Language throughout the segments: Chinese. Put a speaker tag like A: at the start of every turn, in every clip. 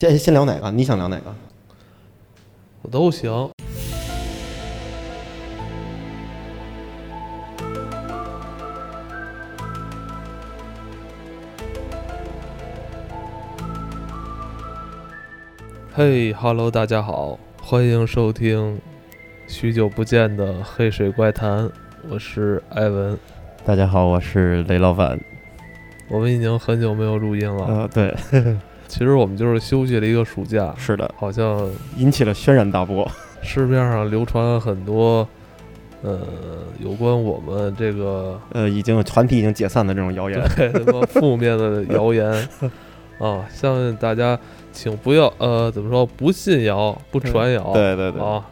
A: 先先聊哪个？你想聊哪个？
B: 我都行。嘿哈喽，大家好，欢迎收听许久不见的《黑水怪谈》，我是艾文。
C: 大家好，我是雷老板。
B: 我们已经很久没有录音了，
C: 呃，对，
B: 其实我们就是休息了一个暑假，
C: 是的，
B: 好像
C: 引起了轩然大波。
B: 市面上流传很多，呃，有关我们这个
C: 呃，已经团体已经解散的这种谣言，
B: 对什么负面的谣 言啊，相信大家请不要呃，怎么说不信谣，不传谣，
C: 对对对，
B: 啊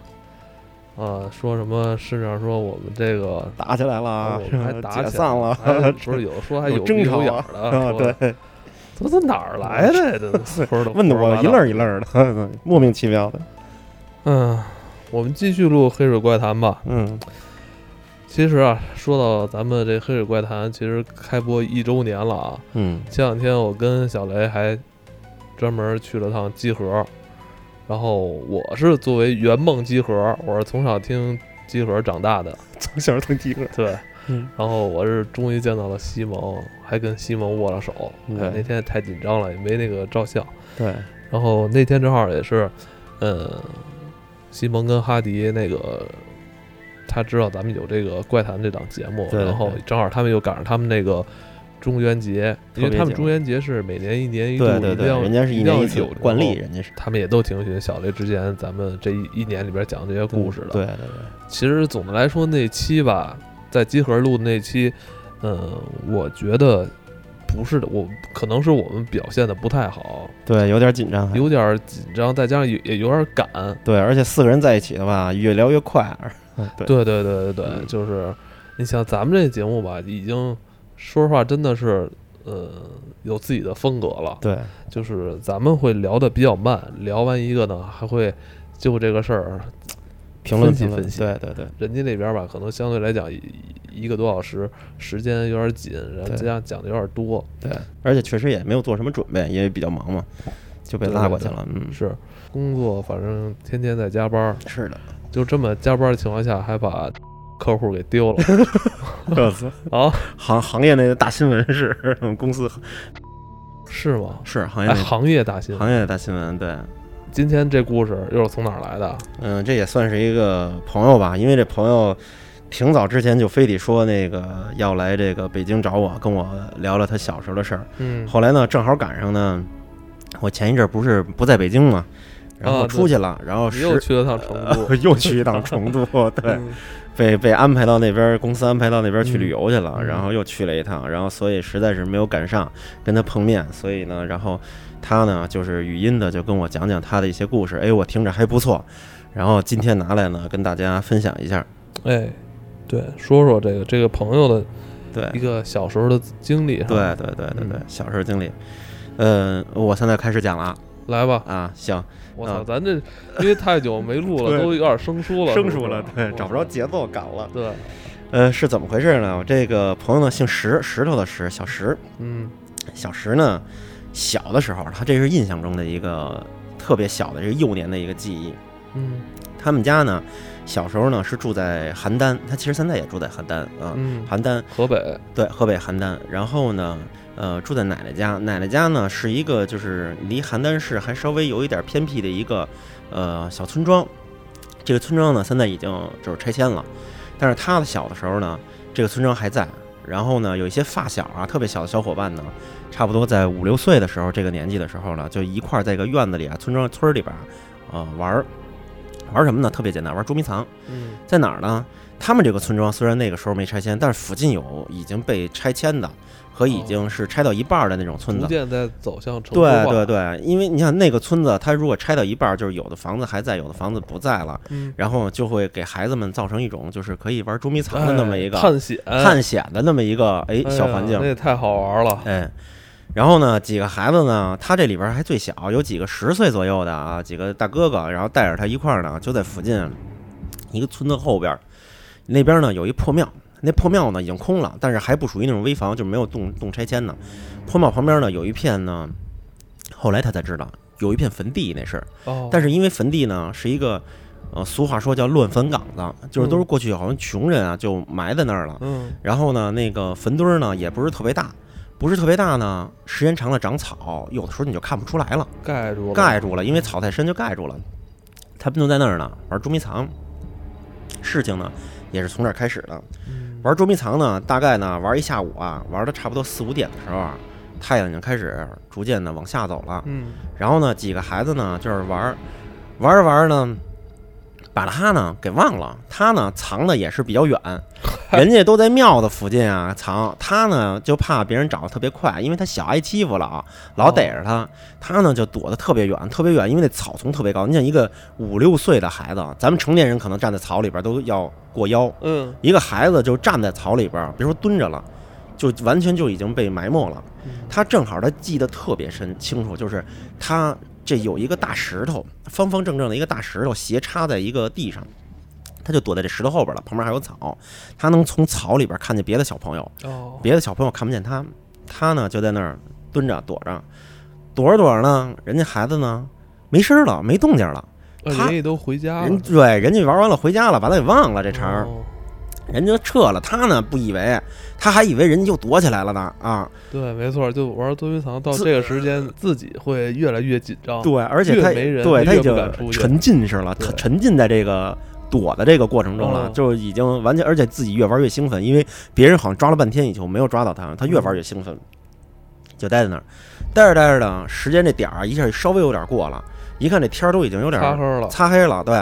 B: 啊，说什么市面上说我们这个
C: 打起来了
B: 啊
C: 啊，
B: 我
C: 是
B: 们
C: 吧
B: 还打
C: 解
B: 起
C: 散
B: 来哎
C: 了，
B: 还不是有说还
C: 有
B: 鼻
C: 争吵
B: 有眼儿
C: 啊
B: 的，
C: 啊，
B: 说
C: 对，
B: 这这哪儿来的？ 这都说的
C: 问的
B: 胡说
C: 我
B: 八
C: 一
B: 道
C: 愣儿一愣儿的， 莫名其妙的，
B: 嗯，我们继续录《黑水怪谈》吧。
C: 嗯，
B: 其实啊，说到咱们这《黑水怪谈》，其实开播一周年了啊。
C: 嗯，
B: 前两天我跟小雷还专门去了趟集合，然后我是作为圆梦集合，我是从小听集合长大的，
C: 从小听鸡歌，
B: 对，
C: 嗯
B: 然后我是终于见到了西蒙，还跟西蒙握了手。
C: 对
B: 哎那天太紧张了，也没那个照相。
C: 对，
B: 然后那天正好也是，呃，西蒙跟哈迪那个，他知道咱们有这个怪谈这档节目，
C: 对
B: 然后
C: 对
B: 正好他们又赶上他们那个中元节，因为
C: 特别
B: 他们
C: 节目
B: 中元节是每年一年一度，
C: 对对对
B: 一定，要
C: 人家是
B: 一
C: 年
B: 定
C: 一
B: 要
C: 次
B: 有
C: 惯例，
B: 然后
C: 人家是
B: 他们也都挺喜欢小雷之前咱们这一一年里边讲的这些故事的。
C: 对对对，
B: 其实总的来说那期吧，在集合录的那期，嗯、我觉得不是的，我可能是我们表现的不太好，
C: 对，有点紧张还，
B: 有点儿紧张，再加上也也有点儿赶。
C: 对，而且四个人在一起的话，越聊越快，嗯对，
B: 对对对对对，
C: 嗯
B: 就是你想咱们这节目吧，已经说实话真的是。呃，有自己的风格了，
C: 对，
B: 就是咱们会聊的比较慢，聊完一个呢，还会就这个事儿，
C: 评论
B: 分析
C: 评论
B: 分析
C: 对对对，
B: 人家那边吧，可能相对来讲一一个多小时时间有点紧，然后
C: 对
B: 加上讲的有点多，
C: 对，而且确实也没有做什么准备，也比较忙嘛，就被
B: 对
C: 拉
B: 对
C: 过去
B: 对
C: 了。嗯，
B: 是工作，反正天天在加班儿，
C: 是的，
B: 就这么加班儿的情况下，还把客户给丢 了 啊？
C: 行行业内的大新闻是 我们公司
B: 是吗？
C: 是行业
B: 哎，
C: 内
B: 行业大新闻，
C: 行业的大新闻。对，
B: 今天这故事又是从哪儿来的？
C: 嗯，这也算是一个朋友吧，因为这朋友挺早之前就非得说那个要来这个北京找我，跟我聊聊他小时候的事儿。
B: 嗯，
C: 后来呢，正好赶上呢，我前一阵儿不是不在北京嘛，然
B: 啊
C: 后
B: 对
C: 出去了，然后
B: 你
C: 是。
B: 又去了趟成都，
C: 呃又去一趟成都， 对，
B: 嗯
C: 被被安排到那边儿，公司安排到那边儿去旅游去了，
B: 嗯
C: 然后又去了一趟，然后所以实在是没有赶上跟他碰面，所以呢，然后他呢就是语音的就跟我讲讲他的一些故事，哎，我听着还不错，然后今天拿来呢跟大家分享一下，
B: 哎，对，说说这个这个朋友的
C: 对
B: 嗯一个小时候的经历，
C: 对，对对对对
B: 嗯，
C: 小时候经历，嗯、我现在开始讲了啊
B: 来吧，
C: 啊，行，
B: 我操，
C: 啊
B: 咱这因为太久没录了，
C: 对
B: 都有点生疏了，是不是我操
C: 节奏感了，
B: 对，
C: 呃，是怎么回事呢？我这个朋友呢姓石，石头的石，小石，
B: 嗯
C: 小石呢，小的时候，他这是印象中的一个特别小的这个幼年的一个记忆。
B: 嗯
C: 他们家呢，小时候呢是住在邯郸，他其实现在也住在邯郸啊，
B: 嗯，
C: 邯郸
B: 河北，
C: 对，河北邯郸。然后呢，呃，住在奶奶家，奶奶家呢是一个就是离邯郸市还稍微有一点偏僻的一个呃小村庄。这个村庄呢现在已经就是拆迁了，但是他的小的时候呢，这个村庄还在。然后呢，有一些发小啊，特别小的小伙伴呢，差不多在五六岁的时候，这个年纪的时候呢，就一块儿在一个院子里啊，村庄村儿里边儿啊、呃玩儿，玩儿什么呢？特别简单，玩儿捉迷藏。
B: 嗯
C: 在哪儿呢？他们这个村庄虽然那个时候没拆迁，但是附近有已经被拆迁的和
B: 哦
C: 已经是拆到一半儿的那种村
B: 逐
C: 子。
B: 渐在走向城市
C: 对
B: 化，
C: 对对，因为你想那个村子，它如果拆到一半儿，就是有的房子还在，有的房子不在了，
B: 嗯，
C: 然后就会给孩子们造成一种就是可以玩捉迷藏的那么一个
B: 哎探险，
C: 探险的那么一个哎
B: 哎呀
C: 小环境
B: 那。也太好玩了。
C: 哎，然后呢，几个孩子呢，他这里边还最小，有几个十岁左右的啊，几个大哥哥，然后带着他一块儿呢，就在附近一个村子后边儿，那边呢有一破庙，那破庙呢已经空了，但是还不属于那种危房，就没有动动拆迁呢。破庙旁边呢有一片呢，后来他才知道有一片坟地那是，
B: 哦，
C: 但
B: 是
C: 是因为坟地呢是一个，呃，俗话说叫乱坟岗子，就是都是过去好像穷人啊就埋在那儿了。
B: 嗯
C: 然后呢，那个坟堆儿呢也不是特别大，不是特别大呢，时间长了长草，有的时候你就看不出来了，
B: 盖住了，
C: 盖住了，因为草太深就盖住了。他们就在那儿呢玩捉迷藏，事情呢也是从这儿开始的。
B: 嗯
C: 玩捉迷藏呢，大概呢玩一下午啊，玩到差不多四五点的时候啊，太阳已经开始逐渐的往下走了。
B: 嗯
C: 然后呢，几个孩子呢就是玩儿，玩着玩着呢，把他呢给忘了，他呢藏的也是比较远，人家都在庙的附近啊藏，他呢就怕别人找的特别快，因为他小挨欺负了啊，老逮着他，他呢就躲得特别远，特别远，因为那草丛特别高，你想一个五六岁的孩子，啊咱们成年人可能站在草里边都要过腰，
B: 嗯
C: 一个孩子就站在草里边儿，别说蹲着了，就完全就已经被埋没了
B: 嗯。
C: 他正好他记得特别深清楚，就是他这有一个大石头，方方正正的一个大石头斜插在一个地上，他就躲在这石头后边了，旁边还有草，他能从草里边看见别的小朋友，
B: 哦，
C: 别的小朋友看不见他，他呢就在那儿蹲着躲着，躲着躲着呢，人家孩子呢没声儿了，没动静了，
B: 那
C: 他
B: 呃人家都回家
C: 人
B: 了，
C: 对人家玩完了回家了，把他给忘了这茬儿。
B: 哦
C: 人家撤了，他呢不以为，他还以为人家又躲起来了呢啊！
B: 对，没错，就玩捉迷藏到
C: 自
B: 这个时间，自己会越来越紧张。
C: 对，而且他
B: 越没人
C: 对
B: 越
C: 他已
B: 不敢出
C: 经
B: 去
C: 沉浸式了，他
B: 对
C: 沉浸在这个躲的这个过程中了，
B: 嗯
C: 就已经完全，而且自己越玩越兴奋，因为别人好像抓了半天以后没有抓到他，他越
B: 嗯
C: 玩越兴奋，就待在那儿，待着待着呢，时间这点儿啊一下稍微有点过了，一看这天儿都已经有点
B: 擦黑了，
C: 擦黑了，对，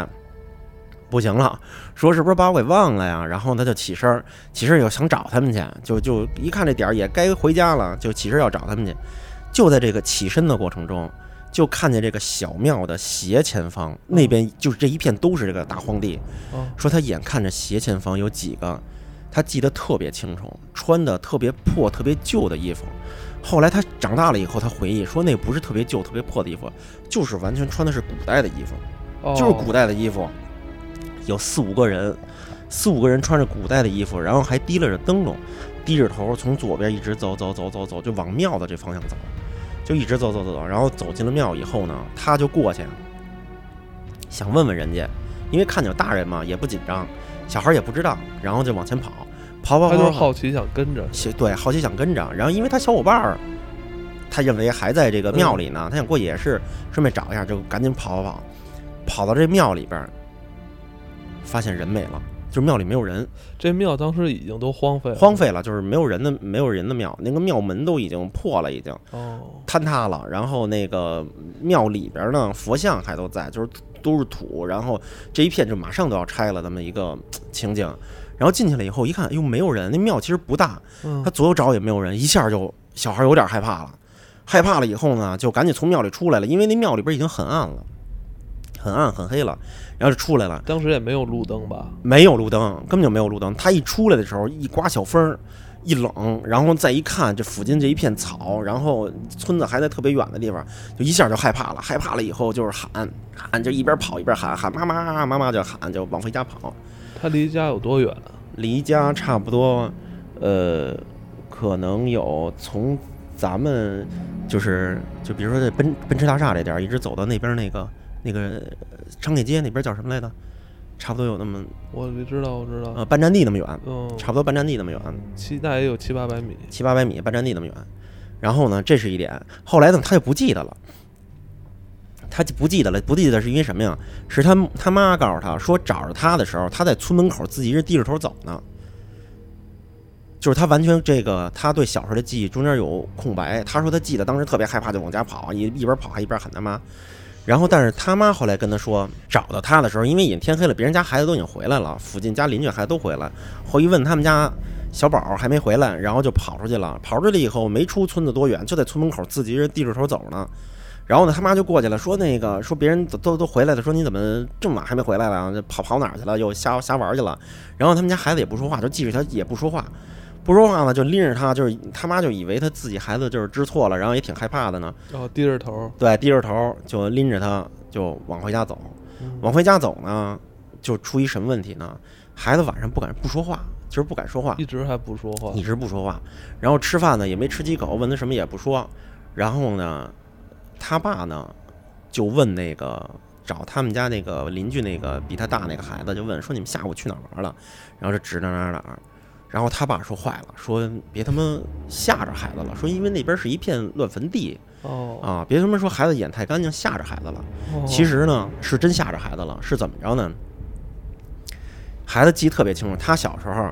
C: 不行了，说是不是把我给忘了呀？然后他就起身儿，起身儿以后想找他们去，就就一看这点儿也该回家了，就起身儿要找他们去。就在这个起身的过程中，就看见这个小庙的斜前方那边，就是这一片都是这个大荒地。
B: 哦
C: 说他眼看着斜前方有几个，他记得特别清楚，穿的特别破、特别旧的衣服。后来他长大了以后，他回忆说那不是特别旧、特别破的衣服，就是完全穿的是古代的衣服。
B: 哦
C: 就是古代的衣服，有四五个人，四五个人穿着古代的衣服，然后还提拉着灯笼，低着头从左边一直走走走走走，就往庙的这方向走，就一直走走走走，然后走进了庙以后呢，他就过去，想问问人家，因为看见有大人嘛，也不紧张，小孩也不知道，然后就往前跑，跑跑
B: 他
C: 跑
B: 哦就是
C: 跑
B: 好奇想跟着，
C: 奇对好奇想跟着，然后因为他小伙伴儿，他认为还在这个庙里呢，他想过去也是顺便找一下，就赶紧跑跑跑，跑到这庙里边儿，发现人没了，就是庙里没有人，
B: 这庙当时已经都荒废了，
C: 荒废了，就是没有人的没有人的庙，那个庙门都已经破了，已经
B: 哦，
C: 坍塌了，然后那个庙里边儿呢佛像还都在，就是都是土，然后这一片就马上都要拆了，那么一个情景，然后进去了以后一看，哎呦没有人，那庙其实不大。
B: 嗯
C: 他左右找也没有人，一下就小孩有点害怕了，害怕了以后呢，就赶紧从庙里出来了，因为那庙里边已经很暗了，很暗很黑了，然后就出来了，
B: 当时也没有路灯吧？
C: 没有路灯，根本就没有路灯。他一出来的时候，一刮小风儿，一冷，然后再一看这附近这一片草，然后村子还在特别远的地方，就一下就害怕了。害怕了以后就是喊喊，就一边跑一边喊喊妈妈妈妈就喊，就往回家跑。
B: 他离家有多远？啊
C: 离家差不多，呃，可能有从咱们就是就比如说这奔奔驰大厦这点儿，一直走到那边儿那个那个呃商业街那边儿叫什么来着？差不多有那么
B: 我知道，我知道，
C: 呃半站地那么远，
B: 嗯，
C: 差不多半站地那么远，
B: 七那也有七八百米，
C: 七八百米，半站地那么远。然后呢，这是一点。后来呢，他就不记得了，他就不记得了，不记得是因为什么呀？是他他妈告诉他说，找着他的时候，他在村门口自己是低着头走呢。就是他完全这个，他对小时候的记忆中间有空白。他说他记得当时特别害怕，就往家跑，一一边跑还一边喊他妈。然后，但是他妈后来跟他说，找到他的时候，因为已经天黑了，别人家孩子都已经回来了，附近家邻居孩子都回来。后一问他们家小宝还没回来，然后就跑出去了。跑出去了以后，没出村子多远，就在村门口自己人低着头走呢。然后呢，他妈就过去了，说那个说别人都都都回来了，说你怎么这么晚还没回来啊？这跑跑哪儿去了？又瞎瞎玩去了。然后他们家孩子也不说话，就记着他也不说话，不说话呢，就拎着他，就是他妈就以为他自己孩子就是知错了，然后也挺害怕的呢。
B: 然后低着头，
C: 对，低着头就拎着他就往回家走。
B: 嗯
C: 往回家走呢，就出一什么问题呢？孩子晚上不敢不说话，就是不敢说话，
B: 一直还不说话
C: 一，直不说话。然后吃饭呢也没吃几口，问他什么也不说。然后呢，他爸呢就问那个找他们家那个邻居那个比他大那个孩子，就问说你们下午去哪儿玩了？然后就指哪儿哪儿哪儿。然后他爸说坏了，说别他妈吓着孩子了，说因为那边是一片乱坟地
B: 哦，
C: 啊，别他妈说孩子眼太干净吓着孩子了。
B: 哦
C: 其实呢，是真吓着孩子了，是怎么着呢？孩子记得特别清楚，他小时候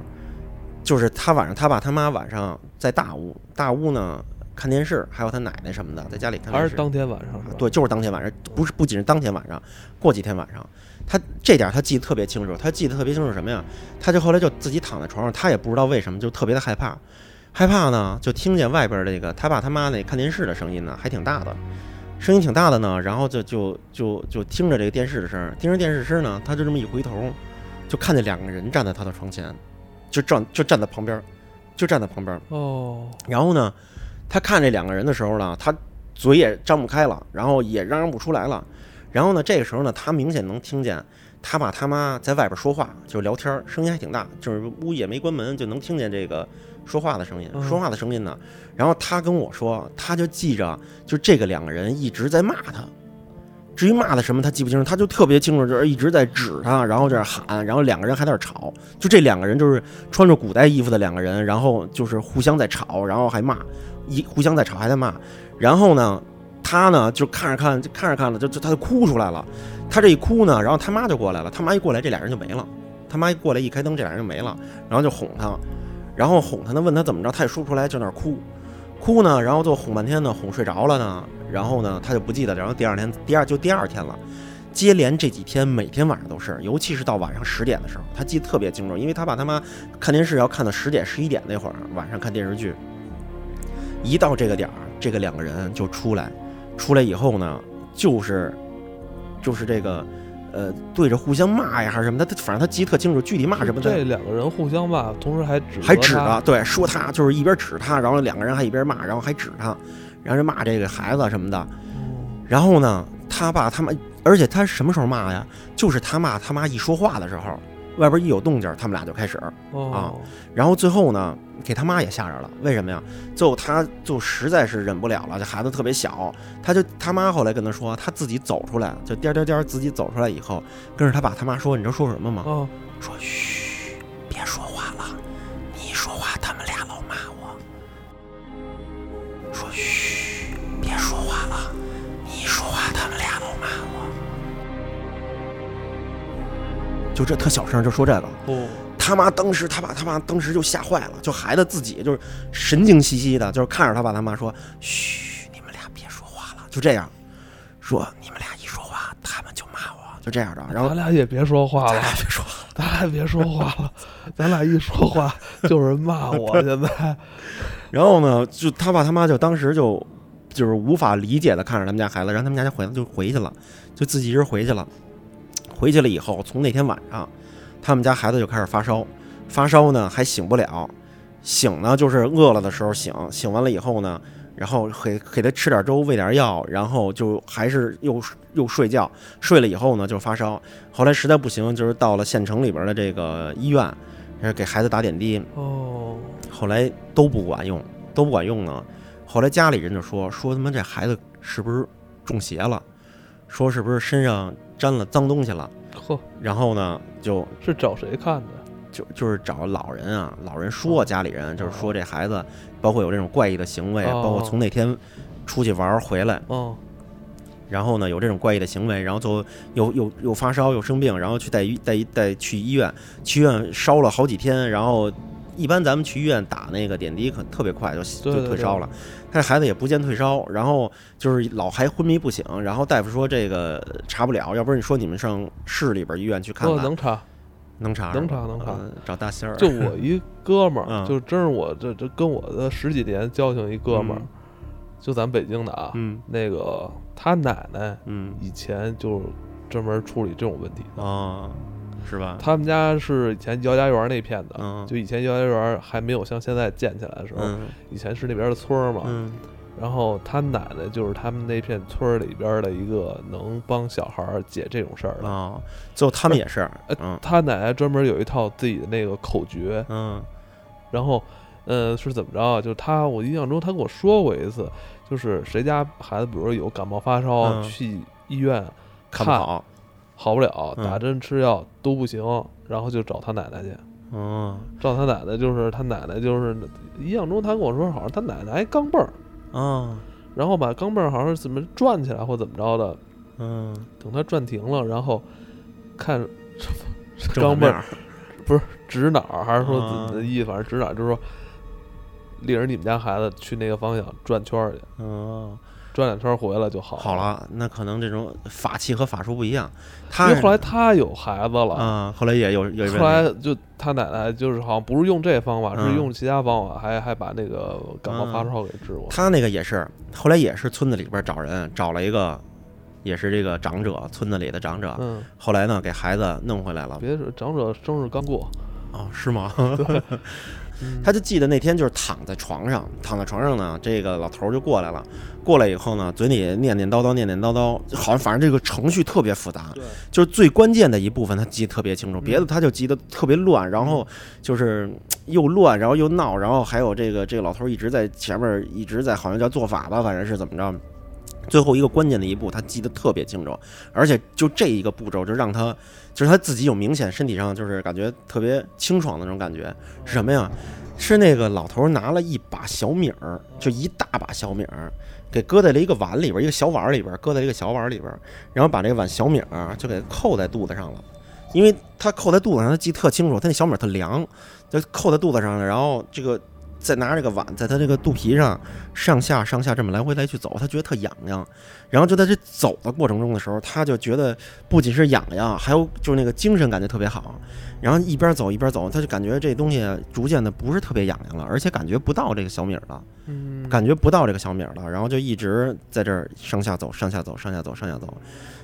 C: 就是他晚上他爸他妈晚上在大屋，大屋呢看电视，还有他奶奶什么的在家里看
B: 还
C: 电
B: 是
C: 视。
B: 当天晚上是吧？
C: 对，就是当天晚上，不是不仅是当天晚上，过几天晚上，他这点他记得特别清楚，他记得特别清楚什么呀？他就后来就自己躺在床上，他也不知道为什么，就特别的害怕，害怕呢，就听见外边这个他爸他妈那看电视的声音呢，还挺大的，声音挺大的呢，然后就就就就听着这个电视的声儿，听着电视声呢，他就这么一回头，就看见两个人站在他的床前，就站就站在旁边，就站在旁边。
B: 哦，
C: 然后呢，他看这两个人的时候呢，他嘴也张不开了，然后也嚷嚷不出来了。然后呢，这个时候呢，他明显能听见他爸他妈在外边说话，就是聊天儿，声音还挺大，就是屋也没关门，就能听见这个说话的声音，
B: 嗯
C: 说话的声音呢。然后他跟我说，他就记着，就这个两个人一直在骂他。至于骂的什么，他记不清楚，他就特别清楚，就是一直在指他，然后在那喊，然后两个人还在那吵，就这两个人就是穿着古代衣服的两个人，然后就是互相在吵，然后还骂，一互相在吵还在骂，然后呢，他呢就看着看就看着看着就就他就哭出来了，他这一哭呢，然后他妈就过来了，他妈一过来这俩人就没了，他妈一过来一开灯这俩人就没了，然后就哄他，然后哄他呢问他怎么着，他也说不出来，就那儿哭，哭呢，然后就哄半天呢，哄睡着了呢，然后呢他就不记得，然后第二天第二就第二天了。接连这几天，每天晚上都是，尤其是到晚上十点的时候，他记得特别清楚，因为他爸他妈看电视要看到十点十一点那会儿，晚上看电视剧，一到这个点儿，这个两个人就出来，出来以后呢，就是就是这个呃对着互相骂呀还是什么的，他反正他记得特清楚，具体骂什么的
B: 这两个人互相骂，同时还指
C: 还
B: 责
C: 指
B: 他
C: 他，对，说他就是一边指他，然后两个人还一边骂，然后还指他，然后就骂这个孩子什么的，
B: 嗯
C: 然后呢，他爸他妈，而且他什么时候骂呀？就是他骂他妈一说话的时候，外边一有动静儿，他们俩就开始。
B: 哦
C: 然后最后呢，给他妈也吓着了。为什么呀？最后他就实在是忍不了了，这孩子特别小，他就他妈后来跟他说，他自己走出来，就颠儿颠儿颠儿自己走出来以后，跟着他爸他妈说，你知道说什么吗？
B: 哦，
C: 说嘘，别说话了，你一说话他们俩老骂我。说嘘，别说话了，你一说话他们俩老骂我。就这特小声，就说这个。
B: 哦
C: 他妈当时他爸他妈当时就吓坏了，就孩子自己就是神经兮兮的，就是看着他爸他妈说：“嘘，你们俩别说话了。”就这样，说你们俩一说话，他们就骂我，就这样的。然后
B: 咱俩也别说话
C: 咱
B: 了，
C: 俩别说话。
B: 咱俩也别说话了，咱俩一 说话就是骂我。现在
C: 然后呢，就他爸他妈就当时就就是无法理解的看着他们家孩子，然后他们家就回就回去了，就自己一人回去了。回去了以后，从那天晚上，他们家孩子就开始发烧，发烧呢还醒不了，醒呢就是饿了的时候醒，醒完了以后呢，然后给给他吃点粥，喂点药，然后就还是又又睡觉，睡了以后呢就发烧，后来实在不行，就是到了县城里边的这个医院，然后给孩子打点滴，
B: 哦，
C: 后来都不管用，都不管用呢。后来家里人就说说他妈这孩子是不是中邪了，说是不是身上沾了脏东西了，
B: 呵，
C: 然后呢就是
B: 找谁看的？
C: 就就是找老人啊，老人说家里人就是说这孩子，包括有这种怪异的行为，
B: 哦
C: 包括从那天出去玩儿回来，
B: 哦
C: 然后呢有这种怪异的行为，然后就又又又发烧又生病，然后去带医带医带去医院，去医院烧了好几天，然后一般咱们去医院打那个点滴可特别快就就
B: 对对
C: 退
B: 对
C: 烧了，但是孩子也不见退烧，然后就是老还昏迷不醒，然后大夫说这个查不了，要不然你说你们上市里边医院去看
B: 哦，
C: 看，
B: 能查。
C: 能查
B: 能
C: 是吧
B: 查能查
C: 呃找大仙儿，
B: 就我一哥们儿，
C: 嗯
B: 就真是我这这跟我的十几年交情一哥们儿，
C: 嗯
B: 就咱北京的啊，
C: 嗯
B: 那个他奶奶
C: 嗯
B: 以前就专门处理这种问题的。
C: 哦，是吧？
B: 他们家是以前姚家园那片的，
C: 嗯
B: 就以前姚家园还没有像现在建起来的时候，
C: 嗯
B: 以前是那边的村儿嘛。
C: 嗯
B: 然后他奶奶就是他们那片村儿里边的一个能帮小孩儿解这种事儿的。
C: 哦，最后他们也是
B: 呃
C: 嗯
B: 他奶奶专门有一套自己的那个口诀，
C: 嗯
B: 然后，呃，是怎么着啊？就是他，我印象中他跟我说过一次，就是谁家孩子，比如有感冒发烧，
C: 嗯
B: 去医院
C: 看不好，
B: 好不了，
C: 嗯
B: 打针吃药都不行，然后就找他奶奶去。
C: 哦
B: 找他奶奶就是他奶奶就是，印象中他跟我说好像他奶奶还钢镚儿，
C: 哦，
B: 然后把钢镚儿好像是怎么转起来或怎么着的，
C: 嗯，
B: 等他转停了，然后看
C: 正反
B: 钢镚
C: 面
B: 儿
C: 儿，
B: 指哪儿，还是说怎么
C: 啊
B: 的意思，反正指哪儿就是说，领着你们家孩子去那个方向转圈儿去，
C: 哦，
B: 转两圈儿回来就好。
C: 好，了，那可能这种法器和法术不一样，
B: 因
C: 他
B: 为后来他有孩子了。
C: 啊，后来也有有一
B: 后
C: 位
B: 来就他奶奶就是好像不是用这方法，
C: 嗯
B: 是用其他方法，还还把那个感冒
C: 啊
B: 发烧给治过。
C: 他那个也是，后来也是村子里边找人，找了一个，也是这个长者，村子里的长者。
B: 嗯，
C: 后来呢，给孩子弄回来了。
B: 别说长者生日刚过，
C: 哦，是 吗？
B: 嗯
C: 他就记得那天就是躺在床上，躺在床上呢，这个老头儿就过来了。过来以后呢，嘴里念念叨叨，念念叨叨，好像反正这个程序特别复杂，
B: 对
C: 就是最关键的一部分他记得特别清楚，别的他就记得特别乱，然后就是又乱，然后又闹，然后还有这个这个老头儿一直在前面一直在好像叫做法吧，反正是怎么着。最后一个关键的一步，他记得特别清楚，而且就这一个步骤就让他，就是他自己有明显身体上就是感觉特别清爽的那种感觉，是什么呀？是那个老头儿拿了一把小米儿，就一大把小米儿，给搁在了一个碗里边儿，一个小碗儿里边儿，搁在了一个小碗儿里边儿，然后把这碗小米儿就给扣在肚子上了，因为他扣在肚子上，他记得特清楚，他那小米儿特凉，就扣在肚子上了，然后这个再拿这个碗在他这个肚皮上上下上下这么来回来去走，他觉得特痒痒，然后就在这走的过程中的时候，他就觉得不仅是痒痒，还有就是那个精神感觉特别好，然后一边走一边走，他就感觉这东西逐渐的不是特别痒痒了，而且感觉不到这个小米儿了。
B: 嗯，
C: 感觉不到这个小米儿了，然后就一直在这儿上下走，上下走，上下走，上下走，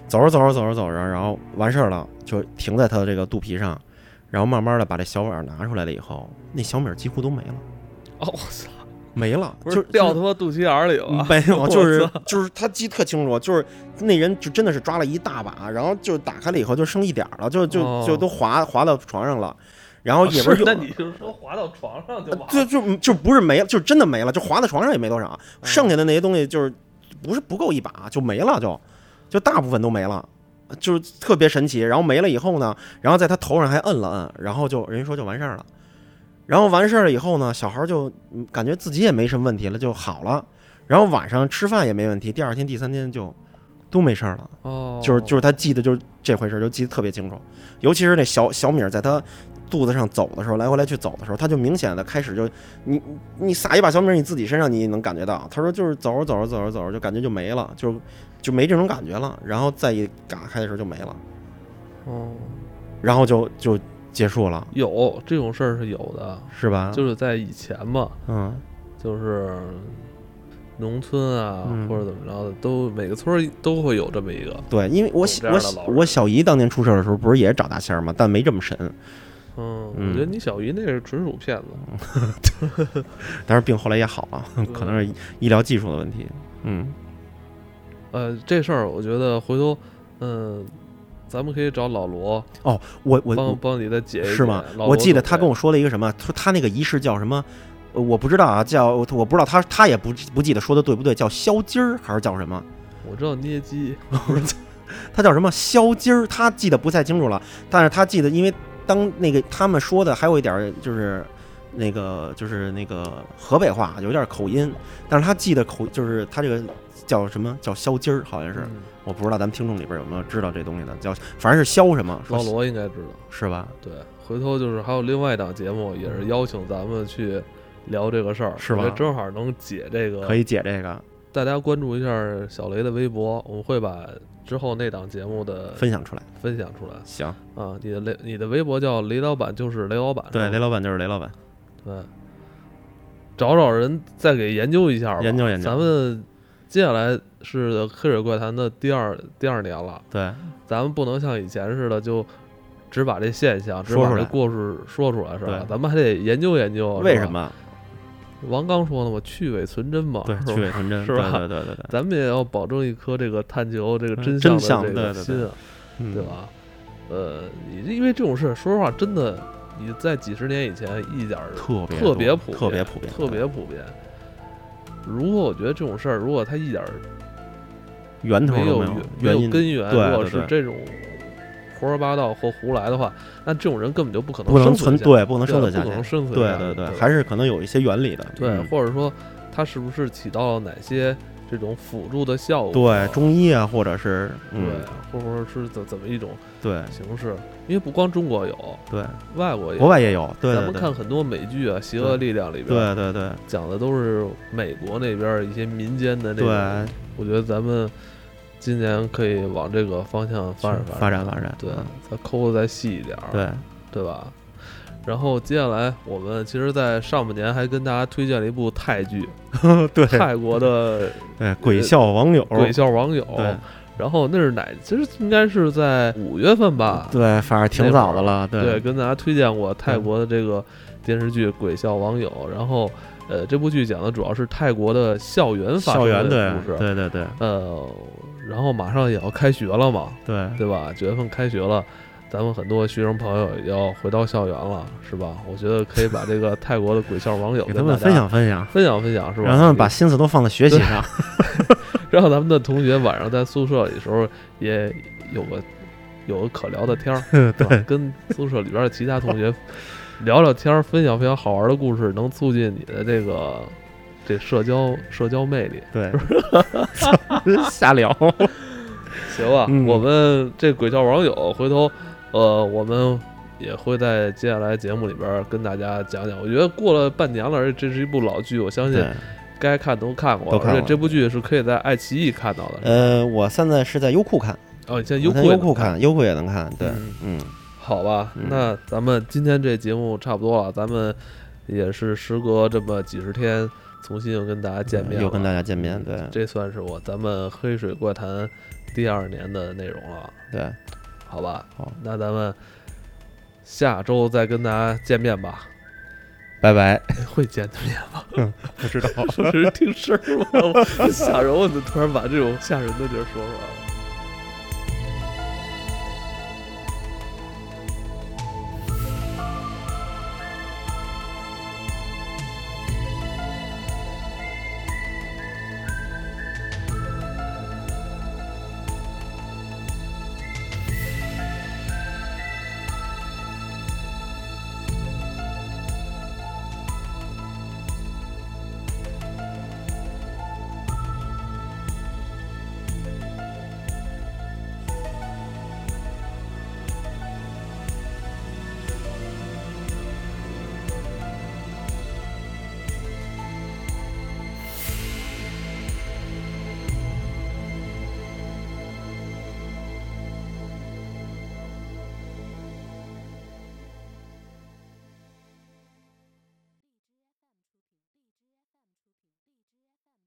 C: 走着走着走着走着，然后完事儿了，就停在他的这个肚皮上，然后慢慢的把这小碗儿拿出来了以后，那小米儿几乎都没了，
B: 哦，我操，
C: 没了，
B: 不
C: 就是嗯是
B: 掉他妈肚脐眼儿里了，
C: 没有，
B: 啊 我
C: 就是
B: 操
C: 就是他记得特清楚，就是那人就真的是抓了一大把，然后就打开了以后就剩一点儿了，就就
B: 哦
C: 就都滑滑到床上了，然后也不
B: 是，
C: 有
B: 那你就说滑到床上就完
C: 就嗯
B: 了。
C: 就就不是没了，就真的没了，就划在床上也没多少，
B: 嗯
C: 剩下的那些东西就是不是不够一把就没了就，就大部分都没了，就是特别神奇。然后没了以后呢，然后在他头上还摁了摁，然后就人家说就完事儿了。然后完事儿了以后呢，小孩儿就嗯感觉自己也没什么问题了，就好了。然后晚上吃饭也没问题，第二天、第三天就都没事儿了。
B: 哦，
C: 就是就是他记得就是这回事，儿，就记得特别清楚。尤其是那小小米儿在他肚子上走的时候，来回来去走的时候，他就明显的开始就你你撒一把小米儿，你自己身上你也能感觉到。他说就是走着走着走着走着，就感觉就没了，就就没这种感觉了。然后再一嘎开的时候就没了，
B: 哦，
C: 然后就就结束了，
B: 有这种事儿是有的，
C: 是吧？
B: 就是在以前嘛，
C: 嗯
B: 就是农村啊
C: 嗯
B: 或者怎么着的，都每个村儿都会有这么一个。
C: 对，因为我小我
B: 这样的
C: 小
B: 老人
C: 我小姨当年出事儿的时候，不是也是找大仙儿吗？但没这么神，
B: 嗯，
C: 嗯
B: 我觉得你小姨那是纯属骗子。
C: 但是病后来也好了，可能是医疗技术的问题。嗯
B: 呃，这事儿我觉得回头，嗯，咱们可以找老罗
C: 我我
B: 帮帮你再解一解。
C: 是吗？
B: 老罗
C: 我记得
B: 怎么
C: 他跟
B: 样
C: 我说了一个什么，他他那个仪式叫什么？呃我不知道啊，叫我不知道他他也不不记得说的对不对，叫削筋儿还是叫什么？
B: 我知道捏鸡，
C: 他叫什么削筋儿？他记得不太清楚了，但是他记得，因为当那个他们说的还有一点儿就是那个就是那个河北话有点儿口音，但是他记得口就是他这个叫什么叫削筋儿，好像是
B: 嗯
C: 我不知道咱们听众里边有没有知道这东西的，叫反正是削什么，
B: 老
C: 说
B: 罗应该知道。
C: 是吧？
B: 对，回头就是还有另外一档节目，也是邀请咱们去聊这个事儿，
C: 是
B: 我觉
C: 吧
B: 得正好能解这个
C: 可以解这
B: 呃
C: 个
B: 大家关注一下小雷的微博，我们会把之后那档节目的
C: 分享出来，
B: 分享出来
C: 行。
B: 啊。你的雷，你的微博叫雷老板，就是雷老板，
C: 对，
B: 是
C: 雷
B: 吧
C: 老板就是雷老板。
B: 对，找找人再给研究一下吧，
C: 研究研究
B: 咱们接下来是《黑水怪谈》的第二第二年了，
C: 对，
B: 咱们不能像以前似的就。只把这现象，只
C: 说
B: 把
C: 出
B: 这
C: 来
B: 故事说出来是吧
C: 对？
B: 咱们还得研究研究，
C: 为
B: 哦是吧
C: 什？么？
B: 王刚说了嘛，去伪存真嘛，
C: 对，
B: 是吧
C: 去伪存真，
B: 哦是
C: 对
B: 吧
C: 对对对对，
B: 咱们也要保证一颗这个探求这个
C: 嗯
B: 真
C: 真
B: 相的
C: 相
B: 这个
C: 对对对
B: 心啊，
C: 嗯
B: 对？吧？呃，你因为这种事，说实话，真的你在几十年以前一点儿
C: 特别
B: 特别
C: 多
B: 普
C: 特别
B: 遍
C: 普遍，
B: 特别普遍。如果我觉得这种事儿，如果他一点儿
C: 源头
B: 没
C: 都
B: 有
C: 没
B: 源没
C: 原
B: 有
C: 因
B: 根源。
C: 对
B: 如果
C: 对
B: 是
C: 对
B: 这种胡说八道或胡来的话，那这种人根本就不可能
C: 不能
B: 生
C: 存
B: 存下去，
C: 对，不能生存
B: 对
C: 下
B: 不可能
C: 去。
B: 生存
C: 对
B: 下
C: 对
B: 去
C: 对，
B: 对，
C: 还是可能有一些原理的。
B: 对，
C: 嗯
B: 或者说它是不是起到了哪些这种辅助的效果？
C: 对中医啊，或者是
B: 对
C: 嗯，
B: 或者说是怎怎么一种
C: 对
B: 形式？因为不光中国有，
C: 对，
B: 外国也
C: 国
B: 有。
C: 外也有。对
B: 咱
C: 对
B: 们
C: 对
B: 看很多美剧啊，《邪恶力量》里边
C: 对对对
B: 讲的都是美国那边儿一些民间的这个
C: 对，
B: 我觉得咱们今年可以往这个方向发展
C: 发
B: 展。
C: 展发展，
B: 对啊
C: 嗯，
B: 再抠的再细一点儿，
C: 对
B: 对吧？然后接下来我们其实，在上半年还跟大家推荐了一部 泰剧，
C: 对
B: 泰国 的
C: 对，鬼笑网友，
B: 《鬼笑网友》。
C: 对
B: 然后那是哪？其实应该是在五月份吧。
C: 对，反正挺早的了，
B: 对，跟大家推荐过泰国的这个电视剧《鬼笑网友》。然后，呃，这部剧讲的主要是泰国的校园发
C: 校
B: 生
C: 园
B: 的
C: 对
B: 故事。
C: 对对对
B: 呃，然后马上也要开学了嘛，
C: 对
B: 对吧？九月份开学了，咱们很多学生朋友也要回到校园了，是吧？我觉得可以把这个泰国的《鬼笑网友》
C: 给
B: 跟
C: 他们
B: 大家
C: 分享分享，
B: 分享分享，是吧？
C: 让他们把心思都放在学习上。
B: 让咱们的同学晚上在宿舍里时候也有个有个可聊的 天儿，对吧？跟宿舍里边的其他同学聊聊天儿，分享分享好玩的故事，能促进你的这个这社交社交魅力，
C: 对， 瞎聊。
B: 行吧？
C: 嗯
B: 我们这鬼笑网友回头，呃，我们。也会在接下来节目里边儿跟大家讲讲。我觉得过了半年了，而且这是一部老剧，我相信
C: 对，
B: 该看都看过，
C: 都看
B: 而且
C: 过
B: 这部剧是可以在爱奇艺看到的。
C: 呃，我现在是在优酷看，
B: 哦，你现在
C: 我
B: 优
C: 在
B: 酷也
C: 优
B: 能
C: 酷看，优酷也能看。对，
B: 嗯
C: 嗯，
B: 好吧，
C: 嗯
B: 那咱们今天这节目差不多了，咱们也是时隔这么几十天，重新又跟大家见面了，嗯
C: 又跟大家见面。对
B: 这算是我咱们黑水怪谈第二年的内容了，
C: 对，
B: 好吧？
C: 好，
B: 那咱们下周再跟大家见面吧，
C: 拜拜。
B: 会见 面吗？
C: 不知道。
B: 是听声儿吗？我吓人，我怎么突然把这种吓人的地儿说出来了？